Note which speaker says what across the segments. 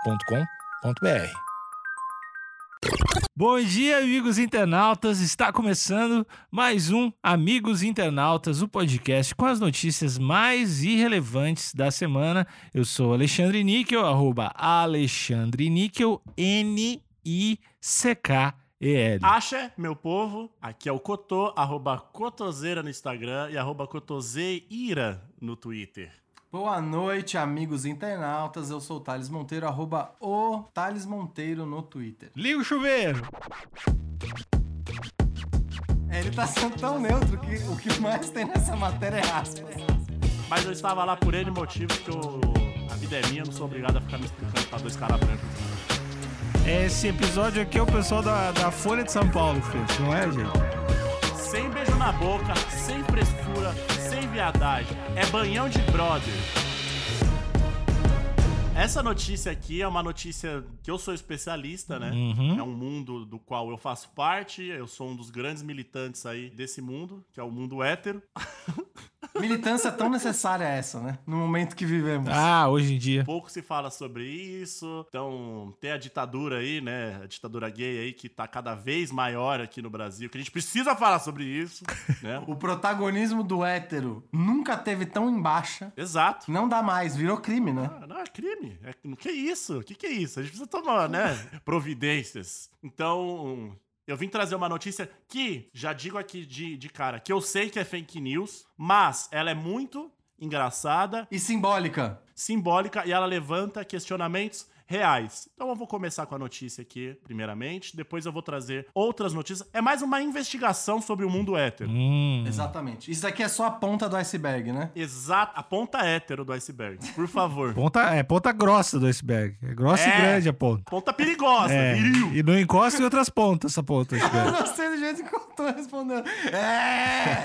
Speaker 1: agenciadepodcast.com.br.
Speaker 2: Bom dia, amigos internautas. Está começando mais um Amigos Internautas, o podcast com as notícias mais irrelevantes da semana. Eu sou Alexandre Níquel, arroba Alexandre Níquel, N-I-C-K-E-L.
Speaker 3: Acha, meu povo, aqui é o Cotô, arroba Cotoseira no Instagram e arroba Cotoseira no Twitter.
Speaker 4: Boa noite, amigos internautas. Eu sou o Thales Monteiro, arroba o Thales Monteiro no Twitter.
Speaker 2: Liga o chuveiro!
Speaker 4: É, ele tá sendo tão neutro que o que mais tem nessa matéria é aspas.
Speaker 3: Mas eu estava lá por ele motivo que eu, a vida é minha, não sou obrigado a ficar me explicando pra dois caras brancos.
Speaker 2: Esse episódio aqui é o pessoal da, da Folha de São Paulo fez, não é, gente?
Speaker 3: Sem beijo na boca, sem frescura, sem viadagem. É banhão de brother. Essa notícia aqui é uma notícia que eu sou especialista, né? É um mundo do qual eu faço parte, eu sou um dos grandes militantes aí desse mundo, que é o mundo hétero.
Speaker 4: Militância tão necessária essa, né? No momento que vivemos.
Speaker 2: Ah, hoje em dia.
Speaker 3: Pouco se fala sobre isso. Então, tem a ditadura aí, né? A ditadura gay aí que tá cada vez maior aqui no Brasil, que a gente precisa falar sobre isso, né?
Speaker 4: O protagonismo do hétero nunca teve tão em baixa.
Speaker 3: Exato.
Speaker 4: Não dá mais, virou crime, né?
Speaker 3: Ah, Não, é crime. É, que é isso? O que, que é isso? A gente precisa tomar, né? Providências. Então, eu vim trazer uma notícia que, já digo aqui de, de cara, que eu sei que é fake news, mas ela é muito engraçada,
Speaker 4: E simbólica.
Speaker 3: simbólica e ela levanta questionamentos reais. Então eu vou começar com a notícia aqui, primeiramente, depois eu vou trazer outras notícias. É mais uma investigação sobre o mundo hétero.
Speaker 2: Hum.
Speaker 4: Exatamente. Isso daqui é só a ponta do iceberg, né?
Speaker 3: Exato, a ponta hétero do iceberg, por favor.
Speaker 2: Ponta, é ponta grossa do iceberg. É grossa e
Speaker 3: É.
Speaker 2: grande a ponta.
Speaker 3: Ponta perigosa,
Speaker 2: É,
Speaker 3: viril.
Speaker 2: e não encosta em outras pontas essa ponta. esse
Speaker 4: Eu
Speaker 2: cara.
Speaker 4: gostei do jeito que eu tô respondendo. É!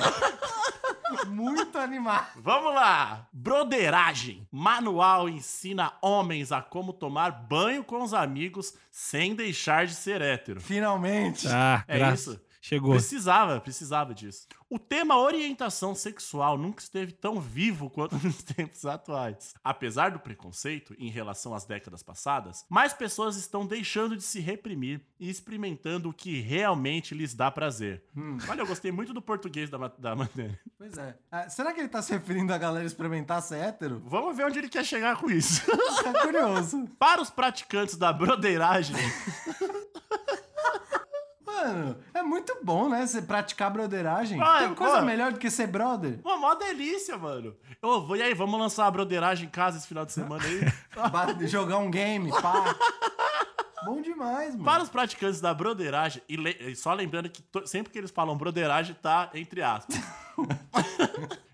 Speaker 4: Muito animado.
Speaker 3: Vamos lá! Broderagem. Manual ensina homens a como tomar banho com os amigos sem deixar de ser hétero.
Speaker 4: Finalmente.
Speaker 2: ah,
Speaker 3: É
Speaker 2: graças.
Speaker 3: isso.
Speaker 2: Chegou.
Speaker 3: Precisava, precisava disso. O tema orientação sexual nunca esteve tão vivo quanto nos tempos atuais. Apesar do preconceito em relação às décadas passadas, mais pessoas estão deixando de se reprimir e experimentando o que realmente lhes dá prazer. Olha, eu gostei muito do português da, ma- da matéria.
Speaker 4: Pois é. Ah, será que ele tá se referindo a galera experimentar ser hétero?
Speaker 3: Vamos ver onde ele quer chegar com isso.
Speaker 4: Tá curioso.
Speaker 3: Para os praticantes da broderagem,
Speaker 4: Mano, é muito bom, né? Você praticar broderagem.
Speaker 3: Ah, é
Speaker 4: Tem coisa
Speaker 3: bom.
Speaker 4: melhor do que ser brother?
Speaker 3: uma mó delícia, mano. Ô, vou- e aí, vamos lançar a broderagem em casa esse final de semana aí?
Speaker 4: Ba- Jogar um game, pá. Bom demais, mano.
Speaker 3: Para os praticantes da broderagem, e, le- e só lembrando que to- sempre que eles falam broderagem, tá entre aspas.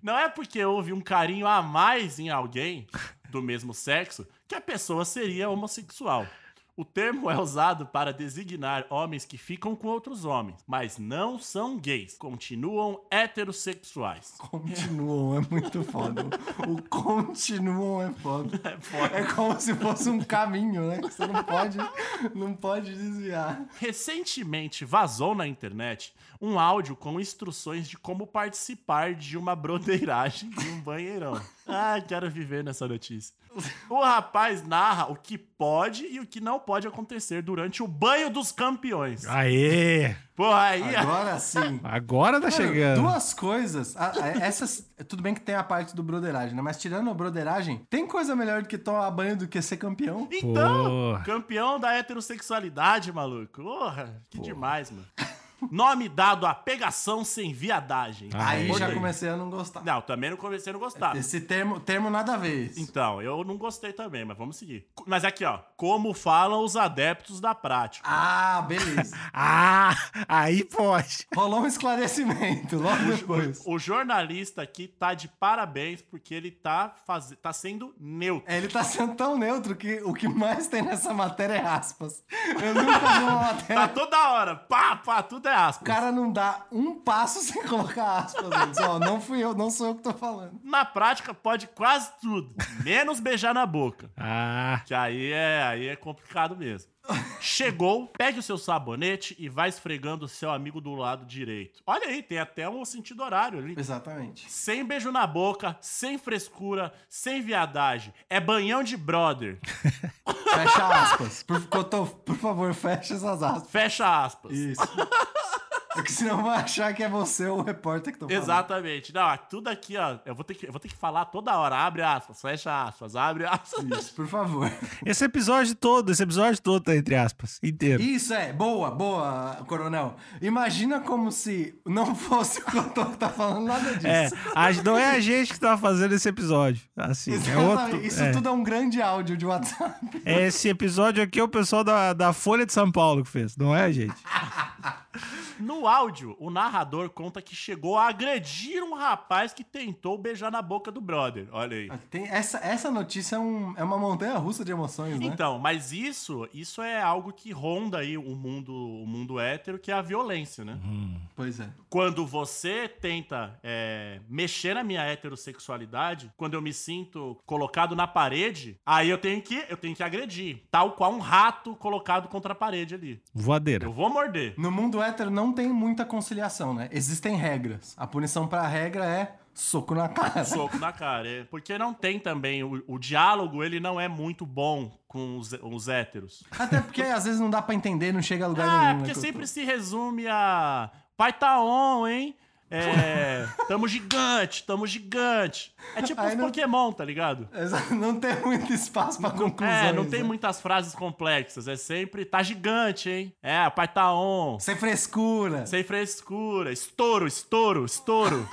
Speaker 3: Não é porque houve um carinho a mais em alguém do mesmo sexo que a pessoa seria homossexual. O termo é usado para designar homens que ficam com outros homens, mas não são gays, continuam heterossexuais.
Speaker 4: Continuam, é muito foda. O continuam é foda. É como se fosse um caminho, né? Que você não pode, não pode desviar.
Speaker 3: Recentemente vazou na internet um áudio com instruções de como participar de uma brodeiragem em um banheirão. Ah, quero viver nessa notícia. O rapaz narra o que pode e o que não pode acontecer durante o banho dos campeões.
Speaker 2: Ah, Aê!
Speaker 3: Porra, aí.
Speaker 4: Agora sim.
Speaker 2: Agora tá
Speaker 4: Mano,
Speaker 2: chegando.
Speaker 4: Duas coisas. A- a- essas. Tudo bem que tem a parte do broderagem, né? Mas tirando a broderagem, tem coisa melhor do que tomar banho do que ser campeão?
Speaker 3: Então,
Speaker 2: Porra.
Speaker 3: campeão da heterossexualidade, maluco. Porra, que demais, mano. Nome dado a pegação sem viadagem.
Speaker 2: Aí
Speaker 4: Aí já
Speaker 3: Bordei.
Speaker 4: comecei a não gostar.
Speaker 3: Não, também não comecei a não gostar.
Speaker 4: Ah. Esse termo, termo nada a ver. isso.
Speaker 3: Então, eu não gostei também, mas vamos seguir. Co- Mas aqui, ó. Como falam os adeptos da prática.
Speaker 4: Ah, beleza.
Speaker 2: Ah, aí pode.
Speaker 4: Rolou um esclarecimento logo depois.
Speaker 3: O jornalista aqui tá de parabéns porque ele tá, faz... tá sendo neutro.
Speaker 4: Ele tá sendo tão neutro que o que mais tem nessa matéria é aspas. Eu nunca vi uma
Speaker 3: Tá
Speaker 4: matéria.
Speaker 3: toda Tá hora. Pá, pá, tudo é é
Speaker 4: O
Speaker 3: aspas.
Speaker 4: cara não dá um passo sem colocar aspas. Ele diz, ó, não fui eu, não sou eu que tô falando.
Speaker 3: Na prática, pode quase tudo, menos beijar na boca.
Speaker 2: Ah,
Speaker 3: Que aí é, aí é complicado mesmo. Chegou, pega o seu sabonete e vai esfregando o seu amigo do lado direito. Olha aí, tem até um sentido horário ali.
Speaker 4: Exatamente.
Speaker 3: Sem beijo na boca, sem frescura, sem viadagem. É banhão de brother.
Speaker 4: Fecha aspas. Por, Cotô, por favor, fecha essas aspas.
Speaker 3: Fecha aspas.
Speaker 4: Isso. Porque senão vai achar que é você o repórter que tô falando.
Speaker 3: Exatamente. Não, é tudo aqui, ó. Eu vou, ter que, eu vou ter que falar toda hora. Abre aspas, fecha aspas, abre aspas.
Speaker 4: Isso, por favor.
Speaker 2: esse episódio todo, esse episódio todo tá entre aspas, inteiro.
Speaker 4: Isso é, boa, boa, coronel. Imagina como se não fosse o Cotô que tá falando nada disso.
Speaker 2: É, a- não é a gente que tá fazendo esse episódio. Assim, é
Speaker 4: Exatamente.
Speaker 2: outro.
Speaker 4: Isso
Speaker 2: é.
Speaker 4: tudo é um grande áudio de WhatsApp.
Speaker 2: É, Esse episódio aqui é o pessoal da, da Folha de São Paulo que fez, não é, gente?
Speaker 3: No áudio, o narrador conta que chegou a agredir um rapaz que tentou beijar na boca do brother. Olha aí.
Speaker 4: Tem- essa, essa notícia é, um- é uma montanha russa de emoções, né?
Speaker 3: Então, mas isso, isso é algo que ronda aí o mundo, o mundo hétero, que é a violência, né?
Speaker 4: Pois é.
Speaker 3: Quando você tenta é, mexer na minha heterossexualidade, quando eu me sinto colocado na parede, aí eu tenho que, eu tenho que agredir, tal qual um rato colocado contra a parede ali.
Speaker 2: Voadeira.
Speaker 3: Eu vou morder.
Speaker 4: No mundo hétero não tem muita conciliação, né? Existem regras. A punição pra regra é soco na cara.
Speaker 3: Soco na cara, é. Porque não tem também. O, o diálogo, ele não é muito bom com os, os héteros.
Speaker 4: Até porque às vezes não dá pra entender, não chega a
Speaker 3: Ah, é
Speaker 4: lugar nenhum. né,
Speaker 3: porque
Speaker 4: Couto?
Speaker 3: sempre se resume a. Pai tá on, hein? É. Tamo gigante, tamo gigante. É tipo
Speaker 4: Aí
Speaker 3: os
Speaker 4: não-
Speaker 3: Pokémon, tá ligado?
Speaker 4: Exa- Não tem muito espaço pra né? conclusão.
Speaker 3: É, não tem muitas frases complexas. É sempre. Tá gigante, hein? É, pai tá on.
Speaker 4: Sem frescura.
Speaker 3: Sem frescura. Estouro, estouro, estouro.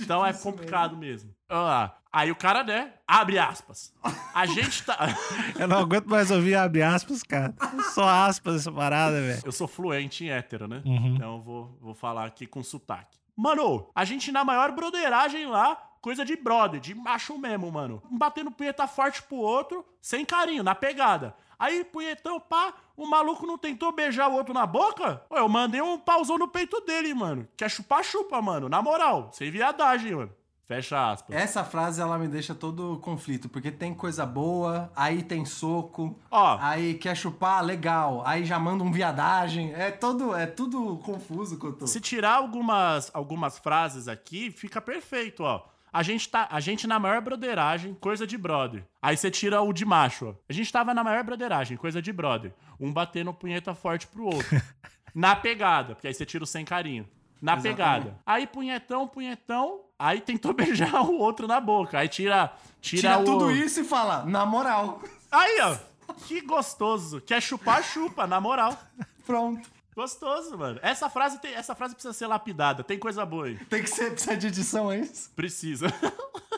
Speaker 3: Então é complicado mesmo. Ah, aí o cara, né? Abre aspas. A gente tá.
Speaker 2: Eu não aguento mais ouvir abre aspas, cara. Só aspas essa parada, velho.
Speaker 3: Eu sou fluente em hétero, né? Então eu vou, vou falar aqui com sotaque. Mano, a gente na maior broderagem lá, coisa de brother, de macho mesmo, mano. Um batendo punheta forte pro outro, sem carinho, na pegada. Aí, punhetão, pá, o maluco não tentou beijar o outro na boca? Ô, eu mandei um pauzão no peito dele, mano. Quer chupar, chupa, mano. Na moral, sem viadagem, mano. Fecha aspas.
Speaker 4: Essa frase ela me deixa todo conflito, porque tem coisa boa, aí tem soco,
Speaker 3: Ó.
Speaker 4: aí quer chupar, legal, aí já manda um viadagem. É todo, é tudo confuso que eu tô.
Speaker 3: Se tirar algumas, algumas frases aqui, fica perfeito, ó. A gente, tá, a gente na maior broderagem, coisa de brother. Aí você tira o de macho, ó. A gente tava na maior broderagem, coisa de brother. Um batendo punheta forte pro outro. na pegada, porque aí você tira o sem carinho. Na
Speaker 4: Exatamente.
Speaker 3: pegada. Aí punhetão, punhetão. Aí tentou beijar o outro na boca. Aí tira. Tira,
Speaker 4: Tira
Speaker 3: o-
Speaker 4: tudo isso e fala, na moral.
Speaker 3: Aí, ó. Que gostoso. Quer chupar, chupa, na moral.
Speaker 4: Pronto.
Speaker 3: Gostoso, mano. Essa frase, tem, essa frase precisa ser lapidada. Tem coisa boa aí.
Speaker 4: Tem que ser, precisa de edição, é isso?
Speaker 3: Precisa.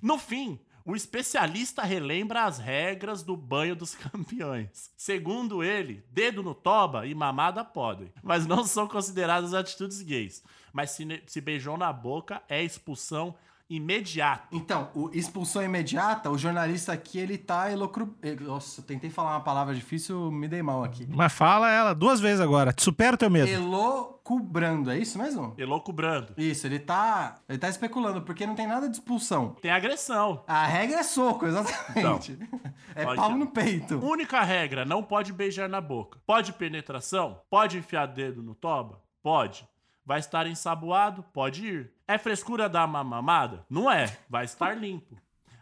Speaker 3: no fim, o especialista relembra as regras do banho dos campeões. Segundo ele, dedo no toba e mamada podem, mas não são consideradas atitudes gays. Mas se, ne- se beijou na boca, é expulsão imediata.
Speaker 4: Então, o expulsão imediata, o jornalista aqui, ele tá elocru... eh, Nossa, eu tentei falar uma palavra difícil, me dei mal aqui.
Speaker 2: Mas fala ela duas vezes agora. Supera o teu medo.
Speaker 4: Elocubrando, é isso mesmo?
Speaker 3: Eloco brando.
Speaker 4: Isso, ele tá, ele tá especulando, porque não tem nada de expulsão.
Speaker 3: Tem agressão.
Speaker 4: A regra é soco, exatamente.
Speaker 3: Então,
Speaker 4: é
Speaker 3: olha.
Speaker 4: pau no peito.
Speaker 3: Única regra, não pode beijar na boca. Pode penetração? Pode enfiar dedo no toba? Pode. Vai estar ensaboado? Pode ir. É frescura da mamamada? Não é. Vai estar limpo.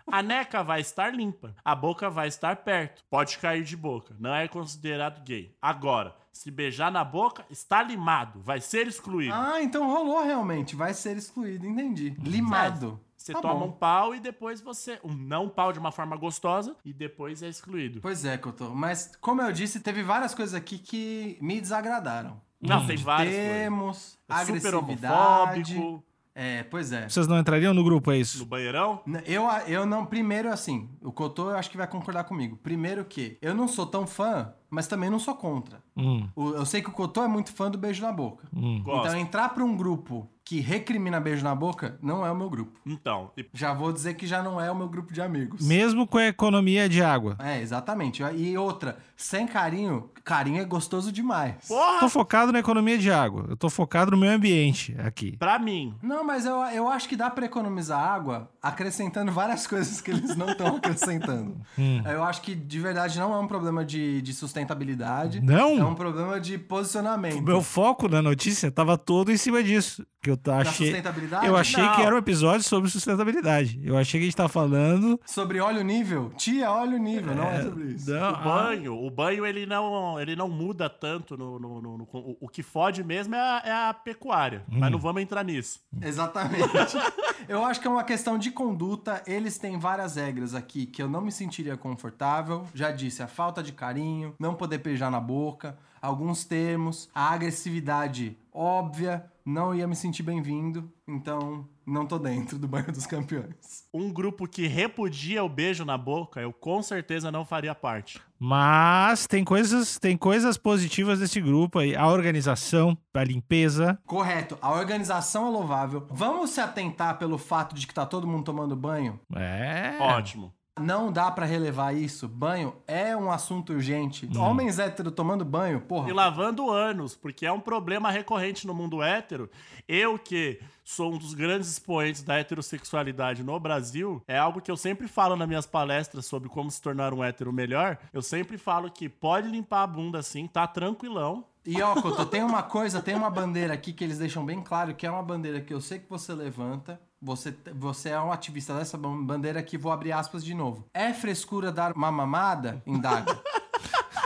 Speaker 3: A neca vai estar limpa. A boca vai estar perto. Pode cair de boca. Não é considerado gay. Agora, se beijar na boca, está limado. Vai ser excluído.
Speaker 4: Ah, então rolou realmente, vai ser excluído, entendi. Limado.
Speaker 3: É. Você
Speaker 4: Tá
Speaker 3: toma
Speaker 4: bom.
Speaker 3: um pau e depois você. Um não pau de uma forma gostosa e depois é excluído.
Speaker 4: Pois é, Couto. Mas, como eu disse, teve várias coisas aqui que me desagradaram.
Speaker 3: Não, tem várias coisas.
Speaker 4: Temos,
Speaker 3: É super
Speaker 4: agressividade.
Speaker 3: homofóbico.
Speaker 4: É, pois é.
Speaker 2: Vocês não entrariam no grupo, é
Speaker 3: No
Speaker 2: isso?
Speaker 3: banheirão?
Speaker 4: N- Eu, eu não, primeiro assim, o Cotô eu acho que vai concordar comigo. Primeiro que eu não sou tão fã mas também não sou contra.
Speaker 2: Hum,
Speaker 4: O- eu sei que o Cotô é muito fã do beijo na boca.
Speaker 2: hum.
Speaker 3: Gosto.
Speaker 4: Então, entrar pra um grupo que recrimina beijo na boca não é o meu grupo.
Speaker 3: Então, e-
Speaker 4: Já vou dizer que já não é o meu grupo de amigos.
Speaker 2: Mesmo com a economia de água.
Speaker 4: É, exatamente. E outra, sem carinho, carinho é gostoso demais.
Speaker 2: Tô
Speaker 3: porra,
Speaker 2: focado na economia de água. Eu tô focado no meio ambiente aqui.
Speaker 3: pra mim,
Speaker 4: Não, mas eu, eu acho que dá pra economizar água acrescentando várias coisas que eles não estão acrescentando.
Speaker 2: Hum.
Speaker 4: Eu acho que de verdade não é um problema de, de sustentabilidade.
Speaker 2: Não?
Speaker 4: É um problema de posicionamento.
Speaker 2: Meu foco na notícia tava todo em cima disso. Que eu tá-
Speaker 4: da
Speaker 2: achei.
Speaker 4: sustentabilidade?
Speaker 2: Eu achei
Speaker 3: Não.
Speaker 2: que era um episódio sobre sustentabilidade. Eu achei que a gente tá falando.
Speaker 4: Sobre olha o nível? Tia, olha o nível, não é sobre isso.
Speaker 2: Não,
Speaker 3: o banho, o banho ele não, ele não muda tanto no, no- no- no- o, o que fode mesmo é a, é a pecuária, mas não vamos entrar nisso.
Speaker 4: Exatamente. eu acho que é uma questão de conduta. Eles têm várias regras aqui que eu não me sentiria confortável. Já disse, a falta de carinho, não poder beijar na boca, alguns termos, a agressividade óbvia, não ia me sentir bem-vindo. Então, não tô dentro do banho dos campeões.
Speaker 3: Um grupo que repudia o beijo na boca, eu com certeza não faria parte.
Speaker 2: Mas tem coisas, tem coisas positivas desse grupo aí. A organização, a limpeza.
Speaker 4: Correto, a organização é louvável. Vamos se atentar pelo fato de que tá todo mundo tomando banho?
Speaker 2: É.
Speaker 3: Ótimo.
Speaker 4: Não dá pra relevar isso. Banho é um assunto urgente. Homens héteros tomando banho, porra.
Speaker 3: E lavando anos, porque é um problema recorrente no mundo hétero. Eu, que sou um dos grandes expoentes da heterossexualidade no Brasil, é algo que eu sempre falo nas minhas palestras sobre como se tornar um hétero melhor. Eu sempre falo que pode limpar a bunda assim, tá tranquilão.
Speaker 4: E ó, Couto, tem uma coisa, tem uma bandeira aqui que eles deixam bem claro, que é uma bandeira que eu sei que você levanta, você, você é um ativista dessa ban- bandeira que vou abrir aspas de novo. É frescura dar uma mamada? Indaga.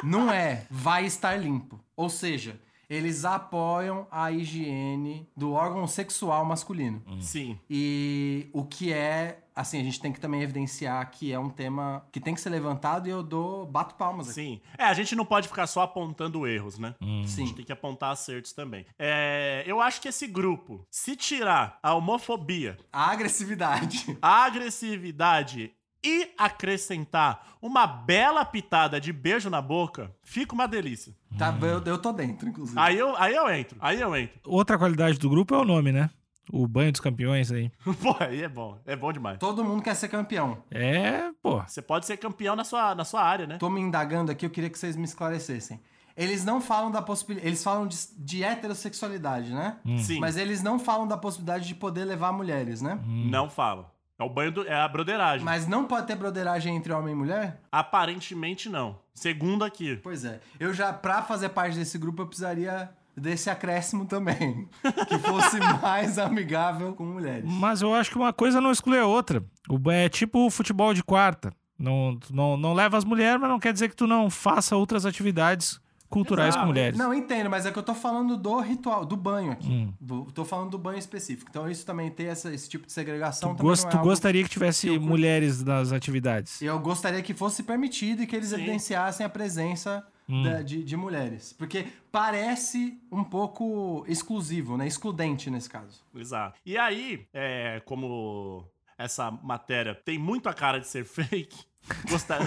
Speaker 4: Não é, vai estar limpo. Ou seja, eles apoiam a higiene do órgão sexual masculino.
Speaker 3: Sim.
Speaker 4: E o que é, assim, a gente tem que também evidenciar que é um tema que tem que ser levantado e eu dou, bato palmas aqui.
Speaker 3: Sim. É, a gente não pode ficar só apontando erros, né? A gente
Speaker 4: Sim.
Speaker 3: tem que apontar acertos também. É, eu acho que esse grupo, se tirar a homofobia,
Speaker 4: A agressividade.
Speaker 3: a agressividade e acrescentar uma bela pitada de beijo na boca, fica uma delícia.
Speaker 4: Tá, eu, eu tô dentro, inclusive.
Speaker 3: Aí eu, aí eu entro, aí eu entro.
Speaker 2: Outra qualidade do grupo é o nome, né? O banho dos campeões aí.
Speaker 3: Pô, aí é bom, é bom demais.
Speaker 4: Todo mundo quer ser campeão.
Speaker 2: É, pô.
Speaker 3: Você pode ser campeão na sua, na sua área, né?
Speaker 4: Tô me indagando aqui, eu queria que vocês me esclarecessem. Eles não falam da possibilidade. Eles falam de, de heterossexualidade, né?
Speaker 3: Sim, Hum.
Speaker 4: Mas eles não falam da possibilidade de poder levar mulheres, né?
Speaker 3: não falo. É o banho do, é a broderagem.
Speaker 4: Mas não pode ter broderagem entre homem e mulher?
Speaker 3: Aparentemente não. Segundo aqui.
Speaker 4: Pois é. Eu já, pra fazer parte desse grupo, eu precisaria desse acréscimo também. Que fosse mais amigável com mulheres.
Speaker 2: Mas eu acho que uma coisa não exclui a outra. O ba- é tipo o futebol de quarta. Não, tu não, não leva as mulheres, mas não quer dizer que tu não faça outras atividades culturais
Speaker 3: Exato.
Speaker 2: com mulheres.
Speaker 4: Não, entendo, mas é que eu tô falando do ritual, do banho aqui.
Speaker 2: Hum.
Speaker 4: Do- tô falando do banho específico. Então, isso também tem essa- esse tipo de segregação. também
Speaker 2: Gost-
Speaker 4: não é
Speaker 2: tu
Speaker 4: algo-
Speaker 2: gostaria que tivesse mulheres nas atividades.
Speaker 4: Eu gostaria que fosse permitido e que eles
Speaker 3: Sim.
Speaker 4: evidenciassem a presença
Speaker 2: Hum.
Speaker 4: da- de, de mulheres. Porque parece um pouco exclusivo, né? Excludente nesse caso.
Speaker 3: Exato. E aí, é, como essa matéria tem muito a cara de ser fake, gostaria.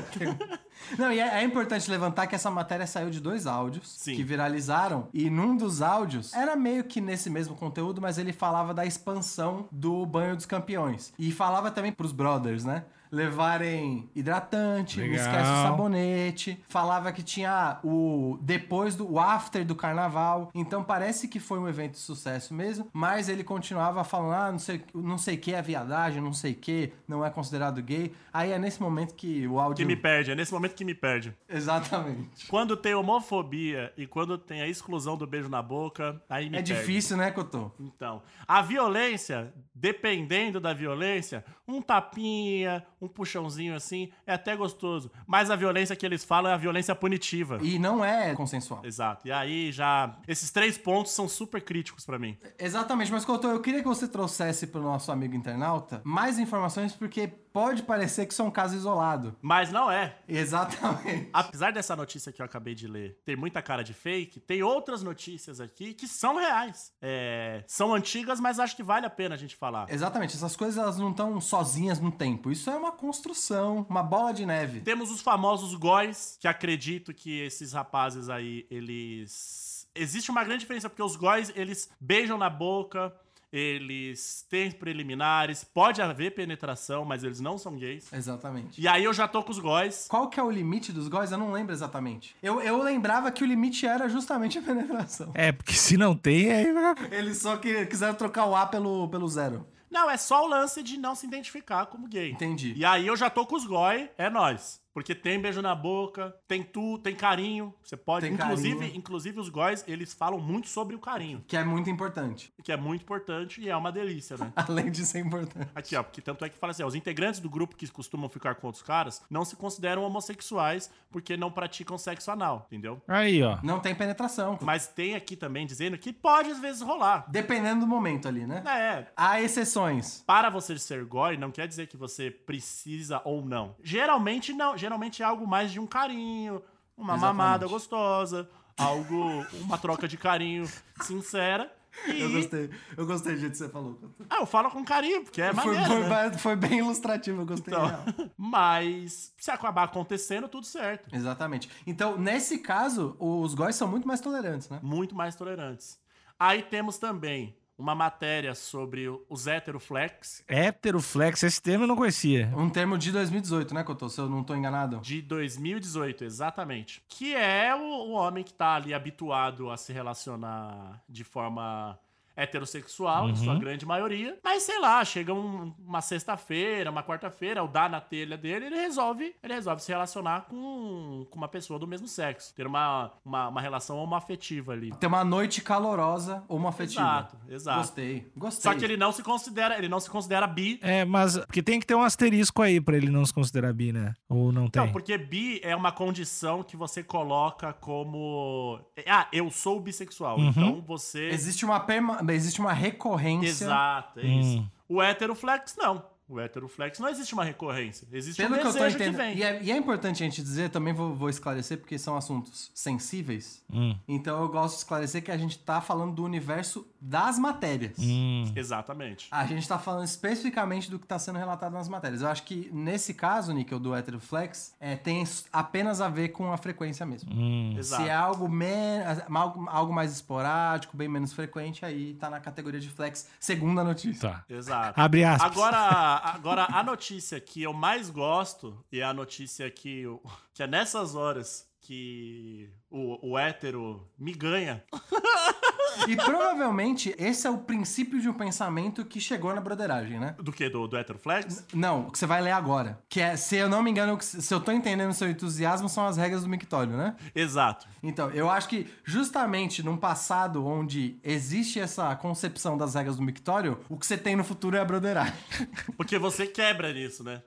Speaker 4: Não, e é, é importante levantar que essa matéria saiu de dois áudios
Speaker 3: Sim.
Speaker 4: que viralizaram. E num dos áudios era meio que nesse mesmo conteúdo, mas ele falava da expansão do banho dos campeões. E falava também pros brothers, né? Levarem hidratante, não
Speaker 2: Legal.
Speaker 4: esquece o sabonete. Falava que tinha o depois do o after do carnaval. Então parece que foi um evento de sucesso mesmo, mas ele continuava falando: ah, não sei, não sei que é viadagem, não sei que, não é considerado gay. Aí é nesse momento que o áudio.
Speaker 3: Que me perde, é nesse momento que me perde.
Speaker 4: Exatamente.
Speaker 3: Quando tem homofobia e quando tem a exclusão do beijo na boca, aí me
Speaker 4: é
Speaker 3: perde.
Speaker 4: difícil, né, Cotô?
Speaker 3: Então, a violência, dependendo da violência, um tapinha, um puxãozinho assim, é até gostoso. Mas a violência que eles falam é a violência punitiva.
Speaker 4: E não é consensual.
Speaker 3: Exato. E aí já. Esses três pontos são super críticos pra mim.
Speaker 4: Exatamente, mas Cotô, eu queria que você trouxesse pro nosso amigo internauta mais informações, porque pode parecer que sou um caso isolado.
Speaker 3: Mas não é.
Speaker 4: Exatamente.
Speaker 3: Apesar dessa notícia que eu acabei de ler ter muita cara de fake, tem outras notícias aqui que são reais. É, são antigas, mas acho que vale a pena a gente falar.
Speaker 4: Exatamente, essas coisas elas não estão sozinhas no tempo. Isso é uma construção, uma bola de neve.
Speaker 3: Temos os famosos góis, que acredito que esses rapazes aí, eles... Existe uma grande diferença, porque os góis, eles beijam na boca, eles têm preliminares, pode haver penetração, mas eles não são gays.
Speaker 4: Exatamente.
Speaker 3: E aí eu já tô com os góis.
Speaker 4: Qual que é o limite dos góis? Eu não lembro exatamente. Eu, eu lembrava que o limite era justamente a penetração.
Speaker 2: É, porque se não tem, aí.
Speaker 4: Eles só que- quiseram trocar o A pelo, pelo zero.
Speaker 3: Não, é só o lance de não se identificar como gay.
Speaker 4: Entendi.
Speaker 3: E aí eu já tô com os goi, é nós. Porque tem beijo na boca, tem tu, tem carinho. Você pode.
Speaker 4: Tem
Speaker 3: inclusive,
Speaker 4: carinho.
Speaker 3: inclusive os góis, eles falam muito sobre o carinho,
Speaker 4: Que é muito importante.
Speaker 3: que é muito importante e é uma delícia, né?
Speaker 4: Além de ser importante.
Speaker 3: Aqui, ó, porque tanto é que fala assim, ó, os integrantes do grupo que costumam ficar com outros caras não se consideram homossexuais porque não praticam sexo anal, entendeu?
Speaker 2: Aí, ó.
Speaker 4: Não tem penetração.
Speaker 3: Mas tem aqui também dizendo que pode às vezes rolar.
Speaker 4: Dependendo do momento ali, né?
Speaker 3: É,
Speaker 4: Há exceções.
Speaker 3: para você ser goi não quer dizer que você precisa ou não. Geralmente não, geralmente é algo mais de um carinho, uma
Speaker 4: Exatamente.
Speaker 3: mamada gostosa, algo, uma troca de carinho sincera. E
Speaker 4: Eu gostei. Eu gostei do jeito que você falou.
Speaker 3: Ah, eu falo com carinho, porque é
Speaker 4: foi,
Speaker 3: maneiro,
Speaker 4: foi-
Speaker 3: né?
Speaker 4: foi bem ilustrativo, eu gostei.
Speaker 3: Então,
Speaker 4: real.
Speaker 3: mas se acabar acontecendo, tudo certo.
Speaker 4: Exatamente. Então, nesse caso, os góis são muito mais tolerantes, né?
Speaker 3: Muito mais tolerantes. Aí temos também uma matéria sobre os heteroflex
Speaker 2: Heteroflex, esse termo eu não conhecia.
Speaker 4: Um termo de 2018, né, Cotô? Se eu não tô enganado.
Speaker 3: de 2018, exatamente. Que é o, o homem que tá ali habituado a se relacionar de forma heterossexual, em
Speaker 4: Uhum.
Speaker 3: sua grande maioria. Mas sei lá, chega um- uma sexta-feira, uma quarta-feira, o dá na telha dele, ele resolve, ele resolve se relacionar com, com uma pessoa do mesmo sexo, ter uma, uma, uma relação homoafetiva ali.
Speaker 4: Tem uma noite calorosa ou uma afetiva.
Speaker 3: Exato, exato.
Speaker 4: Gostei, gostei.
Speaker 3: Só que ele não se considera, ele não se considera bi.
Speaker 2: É, mas. Porque tem que ter um asterisco aí pra ele não se considerar bi, né? Ou não tem.
Speaker 3: Não, porque bi é uma condição que você coloca como. Ah, eu sou bissexual.
Speaker 2: Uhum.
Speaker 3: Então você.
Speaker 4: Existe uma, perma... existe uma recorrência.
Speaker 3: Exato, é
Speaker 2: Hum.
Speaker 3: isso. O heteroflex, não. O heteroflex não existe uma recorrência. Existe um
Speaker 4: Pelo que eu tô
Speaker 3: desejo que,
Speaker 4: entendendo.
Speaker 3: vem.
Speaker 4: e, é, e é importante a gente dizer, também vou, vou esclarecer, porque são assuntos sensíveis.
Speaker 2: Hum.
Speaker 4: Então eu gosto de esclarecer que a gente tá falando do universo das matérias.
Speaker 2: Hum.
Speaker 3: Exatamente.
Speaker 4: A gente tá falando especificamente do que tá sendo relatado nas matérias. Eu acho que nesse caso, Níquel, do heteroflex, é, tem s- apenas a ver com a frequência mesmo.
Speaker 2: Hum.
Speaker 3: Exato.
Speaker 4: Se é algo, men- algo, algo mais esporádico, bem menos frequente, aí tá na categoria de flex, segunda notícia.
Speaker 2: Tá.
Speaker 3: Exato.
Speaker 2: Abre aspas.
Speaker 3: Agora, agora, a notícia que eu mais gosto, e a notícia que, eu- que é nessas horas que o, o hétero me ganha,
Speaker 4: E provavelmente esse é o princípio de um pensamento que chegou na broderagem, né?
Speaker 3: do que do, do heteroflex,
Speaker 4: Não, o que você vai ler agora. Que é, se eu não me engano, o que- se eu tô entendendo o seu entusiasmo, são as regras do mictório, né?
Speaker 3: exato.
Speaker 4: Então, eu acho que justamente num passado onde existe essa concepção das regras do mictório, o que você tem no futuro é a broderagem.
Speaker 3: Porque você quebra nisso, né?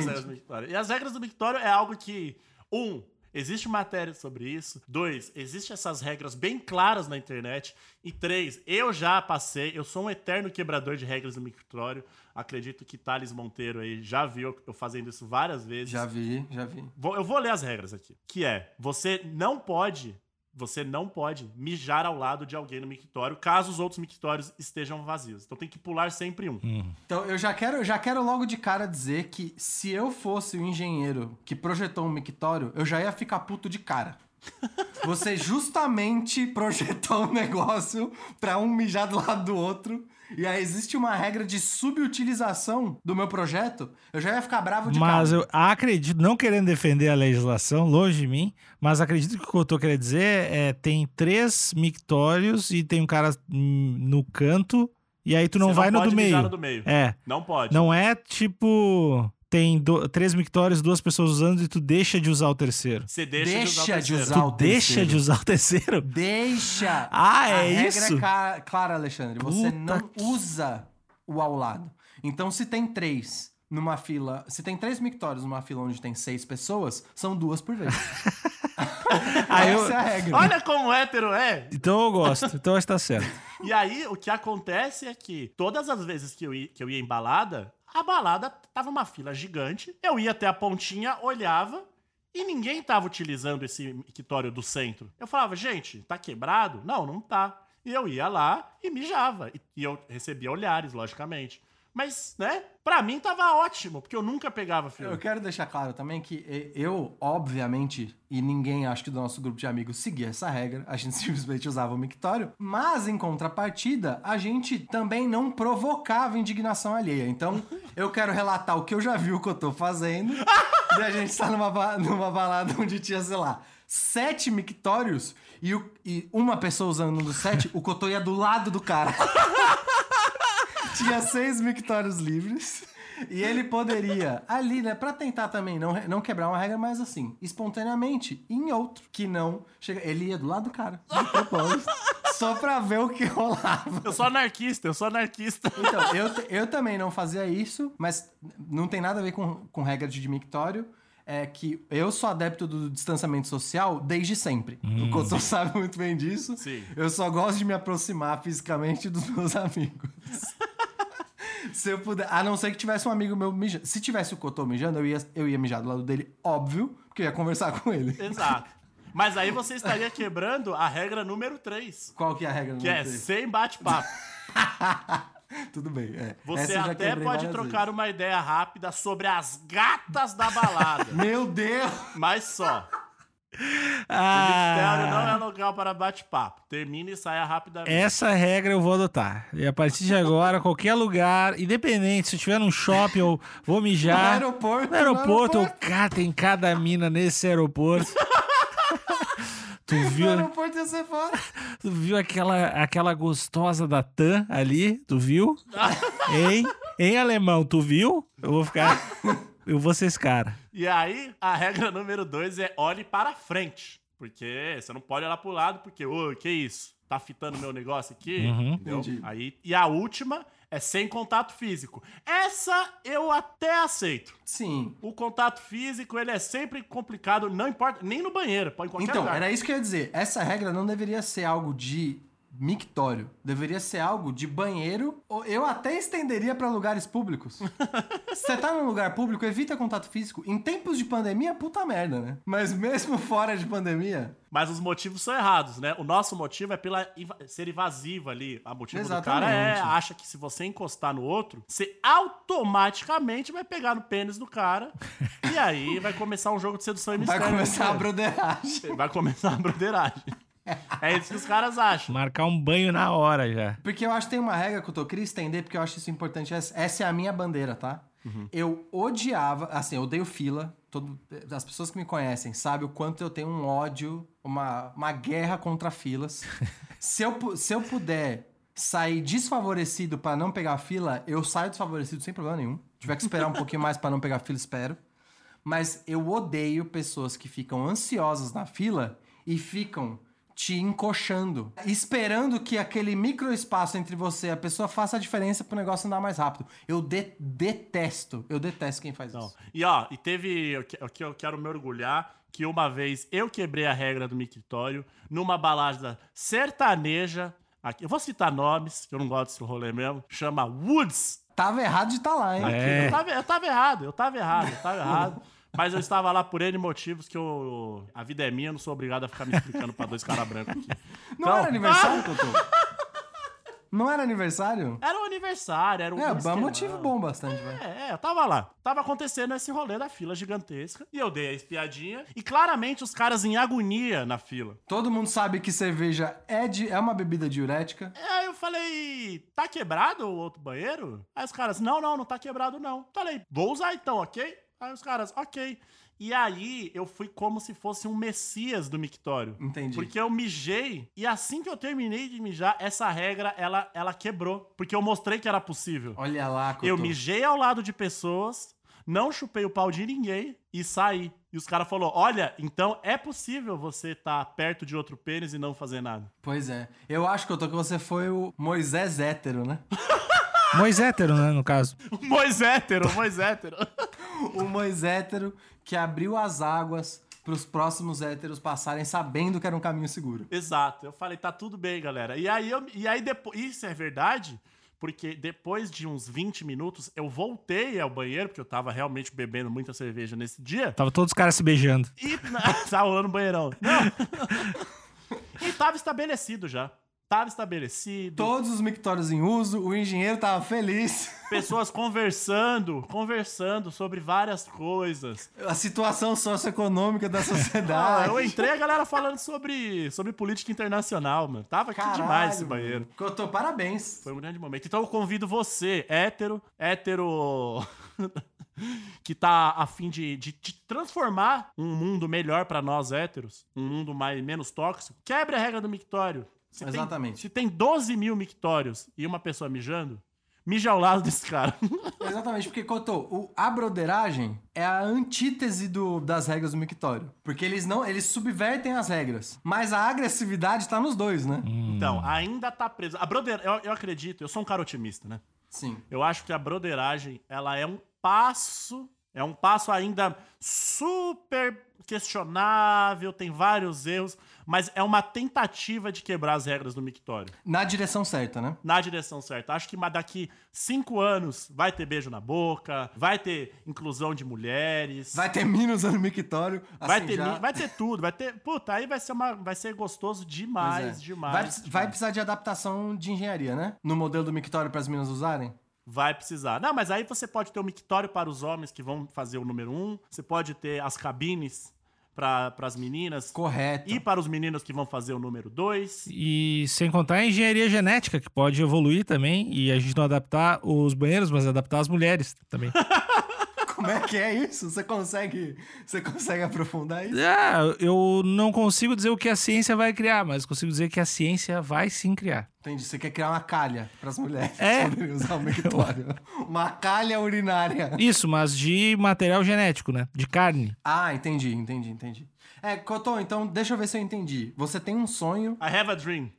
Speaker 3: Você quebra as regras do Mictório. E as regras do Mictório é algo que, um, existe matéria sobre isso. Dois, existem essas regras bem claras na internet. E três, eu já passei, eu sou um eterno quebrador de regras do Mictório. Acredito que Thales Monteiro aí já viu eu fazendo isso várias vezes.
Speaker 4: Já vi, já vi.
Speaker 3: Vou- eu vou ler as regras aqui. Que é, você não pode, você não pode mijar ao lado de alguém no mictório, caso os outros mictórios estejam vazios. Então tem que pular sempre um.
Speaker 4: Então, eu já quero, já quero logo de cara dizer que se eu fosse o engenheiro que projetou um mictório, eu já ia ficar puto de cara. Você justamente projetou um negócio pra um mijar do lado do outro. E aí existe uma regra de subutilização do meu projeto. Eu já ia ficar bravo de cara.
Speaker 2: Mas eu acredito, não querendo defender a legislação, longe de mim, mas acredito que o que eu tô querendo dizer é tem três mictórios e tem um cara hum, no canto, e aí tu não
Speaker 3: Você
Speaker 2: vai no
Speaker 3: pode
Speaker 2: do
Speaker 3: mijar
Speaker 2: meio.
Speaker 3: no do meio.
Speaker 2: É.
Speaker 3: Não pode.
Speaker 2: Não é tipo. Tem do- três mictórios, duas pessoas usando e tu deixa de usar o terceiro.
Speaker 3: Você deixa,
Speaker 4: Deixa de
Speaker 3: de usar o terceiro.
Speaker 4: usar.
Speaker 2: tu
Speaker 4: o
Speaker 2: deixa
Speaker 4: terceiro.
Speaker 2: de usar o terceiro?
Speaker 4: Deixa!
Speaker 2: Ah,
Speaker 4: a
Speaker 2: é
Speaker 4: regra
Speaker 2: isso?
Speaker 4: é ca- clara, Alexandre. Você
Speaker 2: Puta
Speaker 4: não
Speaker 2: que-
Speaker 4: usa o ao lado. Então, se tem três numa fila. Se tem três mictórios numa fila onde tem seis pessoas, são duas por vez.
Speaker 2: Aí eu-
Speaker 4: Essa é a regra.
Speaker 3: Olha como hétero é!
Speaker 2: Então eu gosto, então está certo.
Speaker 3: E aí, o que acontece é que todas as vezes que eu ia, que eu ia em balada, A balada tava uma fila gigante. Eu ia até a pontinha, olhava e ninguém tava utilizando esse mictório do centro. Eu falava, gente, tá quebrado? Não, não tá. E eu ia lá e mijava. E- E eu recebia olhares, logicamente. Mas, né? Pra mim tava ótimo, porque eu nunca pegava
Speaker 4: Eu
Speaker 3: fila.
Speaker 4: quero deixar claro também que e- eu, obviamente, e ninguém acho que do nosso grupo de amigos seguia essa regra, a gente simplesmente usava o mictório, mas em contrapartida, a gente também não provocava indignação alheia. Então, eu quero relatar o que eu já vi o que eu tô fazendo, e a gente tá numa, ba- numa balada onde tinha, sei lá, sete mictórios e, o- e uma pessoa usando um dos sete, o Cotô ia do lado do cara. Tinha seis mictórios livres. E ele poderia, ali, né, pra tentar também não, re- não quebrar uma regra, mas assim, espontaneamente, em outro, que não chega. Ele ia do lado do cara, de propósito, só pra ver o que rolava.
Speaker 3: Eu sou anarquista, eu sou anarquista.
Speaker 4: Então, eu, t- eu também não fazia isso, mas não tem nada a ver com, com regra de mictório. É que eu sou adepto do distanciamento social desde sempre. O Cotô sabe muito bem disso.
Speaker 3: Sim.
Speaker 4: Eu só gosto de me aproximar fisicamente dos meus amigos. Se eu puder. A não ser que tivesse um amigo meu mijando. Se tivesse o Cotô mijando, eu ia, eu ia mijar do lado dele, óbvio, porque eu ia conversar com ele.
Speaker 3: Exato. Mas aí você estaria quebrando a regra número 3,
Speaker 4: Qual que é a regra?
Speaker 3: que é sem bate-papo.
Speaker 4: Tudo bem. é. Essa
Speaker 3: Você
Speaker 4: eu já
Speaker 3: até
Speaker 4: quebrei
Speaker 3: pode
Speaker 4: várias
Speaker 3: trocar uma ideia rápida sobre as gatas da balada,
Speaker 4: vezes. Meu Deus!
Speaker 3: mas só. Ministério não é
Speaker 2: Ah,
Speaker 3: local para bate-papo. Termina e saia rapidamente.
Speaker 2: essa regra eu vou adotar. E a partir de agora, qualquer lugar, independente, se eu tiver num shopping, eu vou
Speaker 4: No
Speaker 2: mijar.
Speaker 4: aeroporto.
Speaker 2: Ah, No aeroporto, eu, cara, tem cada mina nesse aeroporto. tu
Speaker 4: No
Speaker 2: viu,
Speaker 4: aeroporto ia ser foda.
Speaker 2: tu viu aquela, aquela gostosa da TAM ali? Tu viu? hein? Em alemão, tu viu? Eu vou ficar. Eu vou ser esse cara.
Speaker 3: E aí, a regra número 2 é olhe para frente. Porque você não pode olhar pro lado, porque, ô, que isso? Tá fitando meu negócio aqui?
Speaker 2: Uhum.
Speaker 3: Entendeu?
Speaker 4: Entendi.
Speaker 3: Aí, e a última é sem contato físico. Essa eu até aceito.
Speaker 4: Sim.
Speaker 3: O contato físico, ele é sempre complicado, não importa, nem no banheiro, pode em qualquer
Speaker 4: Então,
Speaker 3: lugar.
Speaker 4: era isso que eu ia dizer. Essa regra não deveria ser algo de mictório. Deveria ser algo de banheiro. ou Eu até estenderia pra lugares públicos. Você tá num lugar público, evita contato físico. Em tempos de pandemia, puta merda, né? Mas mesmo fora de pandemia.
Speaker 3: Mas os motivos são errados, né? O nosso motivo é pela inva- ser invasivo ali. A motivo do cara é
Speaker 4: Exatamente.
Speaker 3: acha que se você encostar no outro, você automaticamente vai pegar no pênis do cara e aí vai começar um jogo de sedução e
Speaker 4: Vai
Speaker 3: mistério.
Speaker 4: começar a
Speaker 3: né?
Speaker 4: broderagem.
Speaker 3: Vai começar a broderagem. É isso que os caras acham.
Speaker 2: Marcar um banho na hora já.
Speaker 4: Porque eu acho que tem uma regra que eu tô queria estender, porque eu acho isso importante. Essa essa é a minha bandeira, tá? Eu odiava, assim, eu odeio fila. Todo, as pessoas que me conhecem sabem o quanto eu tenho um ódio, uma, uma guerra contra filas. se, eu, pu- se eu puder sair desfavorecido pra não pegar fila, eu saio desfavorecido sem problema nenhum. Tiver que esperar um pouquinho mais pra não pegar fila, espero. Mas eu odeio pessoas que ficam ansiosas na fila e ficam te encoxando, esperando que aquele micro espaço entre você e a pessoa faça a diferença pro negócio andar mais rápido. Eu de- detesto, eu detesto quem faz
Speaker 3: Não.
Speaker 4: isso.
Speaker 3: E ó, e teve. o que- O que eu quero me orgulhar que uma vez eu quebrei a regra do mictório numa balada sertaneja. Aqui, eu vou citar nomes, que eu não gosto desse rolê mesmo. Chama Woods
Speaker 4: Tava errado de tá lá, hein?
Speaker 2: É.
Speaker 3: Eu, tava, eu tava errado, eu tava errado, eu tava errado. Mas eu estava lá por N motivos que eu. A vida é minha, eu não sou obrigado a ficar me explicando pra dois caras brancos aqui.
Speaker 4: Não
Speaker 3: Então-
Speaker 4: era aniversário, Totô? Não era aniversário?
Speaker 3: Era um aniversário, era um.
Speaker 4: É,
Speaker 3: whisky,
Speaker 4: é motivo
Speaker 3: não.
Speaker 4: bom bastante, vai.
Speaker 3: É, é, eu tava lá. Tava acontecendo esse rolê da fila gigantesca. E eu dei a espiadinha. E claramente os caras em agonia na fila.
Speaker 4: Todo mundo sabe que cerveja é, de, é uma bebida diurética.
Speaker 3: E Aí eu falei, tá quebrado o outro banheiro? Aí os caras, não, não, não tá quebrado não. Falei, vou usar então, ok? Aí os caras, ok. E aí eu fui como se fosse um messias do mictório.
Speaker 4: Entendi.
Speaker 3: Porque eu mijei e assim que eu terminei de mijar, essa regra ela, ela quebrou. Porque eu mostrei que era possível.
Speaker 4: Olha lá, Cotô.
Speaker 3: Eu mijei ao lado de pessoas, não chupei o pau de ninguém e saí. E os caras falaram: olha, então é possível você estar perto de outro pênis e não fazer nada.
Speaker 4: Pois é. Eu acho, Cotô, que você foi o Moisés hétero, né?
Speaker 2: Moisés hétero, né, no caso.
Speaker 3: Moisétero, moisétero.
Speaker 4: O Mois hétero que abriu as águas pros próximos héteros passarem sabendo que era um caminho seguro.
Speaker 3: Exato. Eu falei, tá tudo bem, galera. E aí, eu, e aí depois. Isso é verdade? porque depois de uns 20 minutos eu voltei ao banheiro, porque eu tava realmente bebendo muita cerveja nesse dia,
Speaker 2: Tava todos os caras se beijando.
Speaker 3: e tava rolando banheirão. Não. e tava estabelecido já. Tava estabelecido.
Speaker 4: Todos os mictórios em uso, o engenheiro tava feliz.
Speaker 3: pessoas conversando, conversando sobre várias coisas.
Speaker 4: A situação socioeconômica da
Speaker 3: Ah,
Speaker 4: sociedade.
Speaker 3: eu entrei a galera falando sobre, sobre política internacional, mano. Tava aqui
Speaker 4: Caralho,
Speaker 3: demais esse banheiro.
Speaker 4: Cotô, parabéns.
Speaker 3: Foi um grande momento. Então eu convido você, hétero, hétero. que tá a fim de, de, de transformar um mundo melhor pra nós héteros, um mundo mais, menos tóxico, quebre a regra do mictório. Se tem- tipo-
Speaker 4: Exatamente.
Speaker 3: se tem 12 mil mictórios e uma pessoa mijando, mija ao lado desse cara.
Speaker 4: Exatamente, porque, Cotô, o, a broderagem é a antítese do, das regras do mictório. Porque eles não eles subvertem as regras. Mas a agressividade tá nos dois, né?
Speaker 3: Então, ainda tá preso. A broder... eu, eu acredito, eu sou um cara otimista, né?
Speaker 4: Sim.
Speaker 3: Eu acho que a broderagem, ela é um passo, é um passo ainda super questionável, tem vários erros, mas é uma tentativa de quebrar as regras do mictório.
Speaker 4: Na direção certa, né?
Speaker 3: Na direção certa. Acho que daqui cinco anos vai ter beijo na boca, vai ter inclusão de mulheres.
Speaker 4: Vai ter mina usando mictório. Assim,
Speaker 3: Vai ter,
Speaker 4: já-
Speaker 3: mi- vai ter tudo, vai ter. Puta, aí vai ser, uma, vai ser gostoso
Speaker 4: Pois
Speaker 3: demais,
Speaker 4: é.
Speaker 3: demais.
Speaker 4: Vai,
Speaker 3: demais.
Speaker 4: vai precisar de adaptação de engenharia, né? No modelo do mictório para as minas usarem.
Speaker 3: Vai precisar. Não, mas aí você pode ter o mictório para os homens que vão fazer o número um. Você pode ter as cabines para as meninas.
Speaker 4: Correto.
Speaker 3: E para os meninos que vão fazer o número dois.
Speaker 2: E sem contar a engenharia genética, que pode evoluir também, e a gente não adaptar os banheiros, mas adaptar as mulheres também.
Speaker 4: Como é que é isso? Você consegue, você consegue aprofundar isso?
Speaker 2: Ah, eu não consigo dizer o que a ciência vai criar, mas consigo dizer que a ciência vai sim criar.
Speaker 4: Entendi. Você quer criar uma calha para as mulheres
Speaker 2: É.
Speaker 4: poderem usar o mictório. uma calha urinária.
Speaker 2: Isso, mas de material genético, né? De carne.
Speaker 4: Ah, entendi, entendi, entendi. É, Cotô, então deixa eu ver se eu entendi. Você tem um sonho
Speaker 3: I have a dream.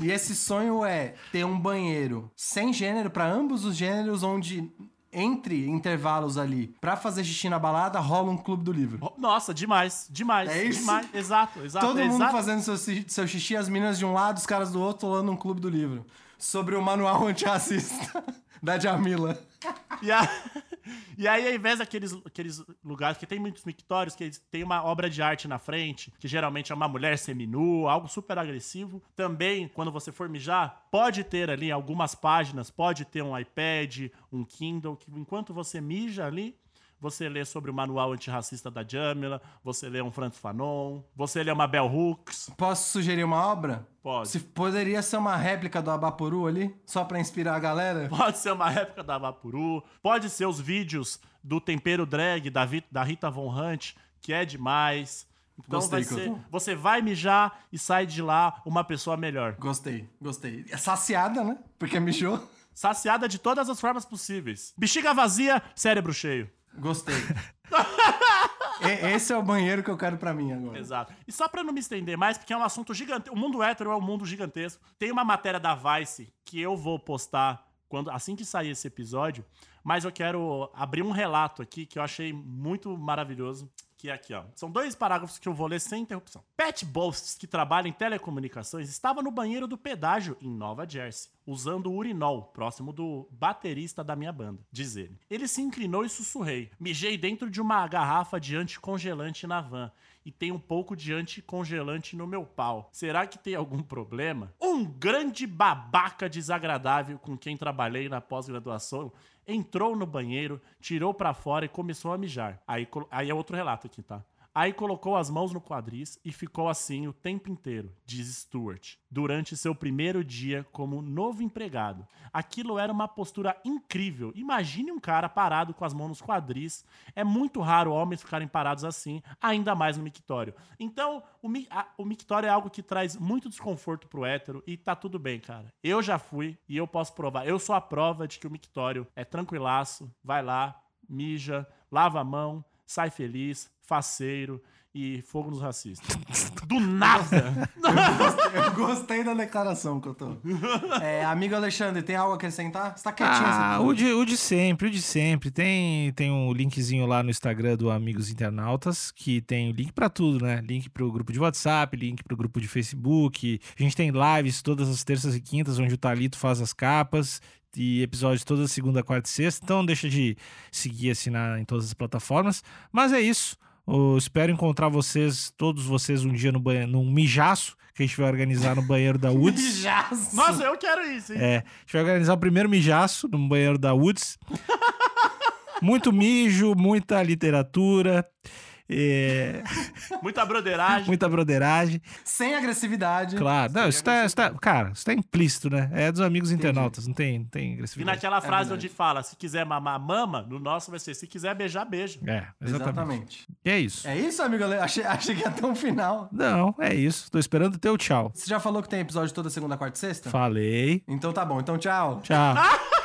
Speaker 4: e esse sonho é ter um banheiro sem gênero para ambos os gêneros, onde entre intervalos ali, pra fazer xixi na balada, rola um clube do livro.
Speaker 3: Nossa, demais, demais,
Speaker 4: É isso?
Speaker 3: demais. Exato, exato.
Speaker 4: Todo
Speaker 3: é
Speaker 4: mundo
Speaker 3: exato.
Speaker 4: fazendo seu, xixi- seu xixi, as meninas de um lado, os caras do outro, rolando um clube do livro. Sobre o manual antirracista da Jamila.
Speaker 3: E, a- e aí, ao invés daqueles aqueles lugares, que tem muitos mictórios, que eles têm uma obra de arte na frente, que geralmente é uma mulher seminua, algo super agressivo. Também, quando você for mijar, pode ter ali algumas páginas, pode ter um iPad, um Kindle, que enquanto você mija ali. Você lê sobre o manual antirracista da Jamila, você lê um Francis Fanon, você lê uma Bell Hooks,
Speaker 4: Posso sugerir uma obra?
Speaker 3: Pode.
Speaker 4: Se poderia ser uma réplica do Abapuru ali, só pra inspirar a galera?
Speaker 3: pode ser uma época da Vapuru, pode ser os vídeos do tempero drag da, Vi- da Rita Von Hunt, que é demais. Então
Speaker 4: Gostei,
Speaker 3: vai ser-
Speaker 4: Cotô.
Speaker 3: você vai mijar e sai de lá uma pessoa melhor.
Speaker 4: Gostei, gostei. É saciada, né? Porque mijou.
Speaker 3: Saciada de todas as formas possíveis. Bexiga vazia, cérebro cheio.
Speaker 4: Gostei. E- Esse é o banheiro que eu quero pra mim agora.
Speaker 3: Exato. E só pra não me estender mais, porque é um assunto gigantesco. O mundo hétero é um mundo gigantesco. Tem uma matéria da Vice que eu vou postar quando assim que sair esse episódio, mas eu quero abrir um relato aqui que eu achei muito maravilhoso. Que é aqui, ó. São dois parágrafos que eu vou ler sem interrupção. Pat Bowles, que trabalha em telecomunicações, estava no banheiro do pedágio em Nova Jersey, usando urinol, próximo do baterista da minha banda, diz ele. Ele se inclinou e sussurrei. Mijei dentro de uma garrafa de anticongelante na van e tem um pouco de anticongelante no meu pau. Será que tem algum problema? Um grande babaca desagradável com quem trabalhei na pós-graduação entrou no banheiro, tirou pra fora e começou a mijar. Aí, colo- aí é outro relato aqui, tá? Aí colocou as mãos no quadris e ficou assim o tempo inteiro, diz Stuart, durante seu primeiro dia como novo empregado. Aquilo era uma postura incrível. Imagine um cara parado com as mãos nos quadris. É muito raro homens ficarem parados assim, ainda mais no mictório. Então, o, mi a- o mictório é algo que traz muito desconforto pro hétero e tá tudo bem, cara. Eu já fui e eu posso provar. Eu sou a prova de que o mictório é tranquilaço. Vai lá, mija, lava a mão, sai feliz, faceiro e fogo nos racistas. Do nada!
Speaker 4: Eu gostei da declaração que eu tô. É, amigo Alexandre, tem algo a acrescentar? Você tá quietinho,
Speaker 2: Ah,
Speaker 4: você-
Speaker 2: o de, o de sempre, o de sempre. Tem, tem um linkzinho lá no Instagram do Amigos Internautas, que tem o link pra tudo, né? Link pro grupo de WhatsApp, link pro grupo de Facebook. A gente tem lives todas as terças e quintas, onde o Talito faz as capas. E episódios toda segunda, quarta e sexta. Então, não deixa de seguir e assinar em todas as plataformas. Mas é isso. Eu espero encontrar vocês, todos vocês, um dia no banheiro, num mijaço que a gente vai organizar no banheiro da Woods.
Speaker 4: Mijaço.
Speaker 3: Nossa, eu quero isso, hein?
Speaker 2: É, a gente vai organizar o primeiro mijaço no banheiro da Woods. Muito mijo, muita literatura, é,
Speaker 3: Muita broderagem.
Speaker 2: muita broderagem.
Speaker 4: Sem agressividade.
Speaker 2: Claro, não, isso tá, isso tá- cara, isso tá implícito, né? É dos amigos internautas, não tem, não tem
Speaker 3: E
Speaker 2: agressividade.
Speaker 3: naquela frase
Speaker 4: verdade.
Speaker 3: onde fala, se quiser mamar, mama, no nosso vai ser, se quiser beijar, beija.
Speaker 2: É, exatamente.
Speaker 4: Exatamente.
Speaker 2: E é isso.
Speaker 4: É isso, amigo Ale- Achei, achei que ia até um final.
Speaker 2: Não, é isso. Tô esperando o teu tchau.
Speaker 4: Tá. Você já falou que tem episódio toda segunda, quarta e sexta?
Speaker 2: Falei.
Speaker 4: Então tá bom. Então tchau.
Speaker 2: Tchau.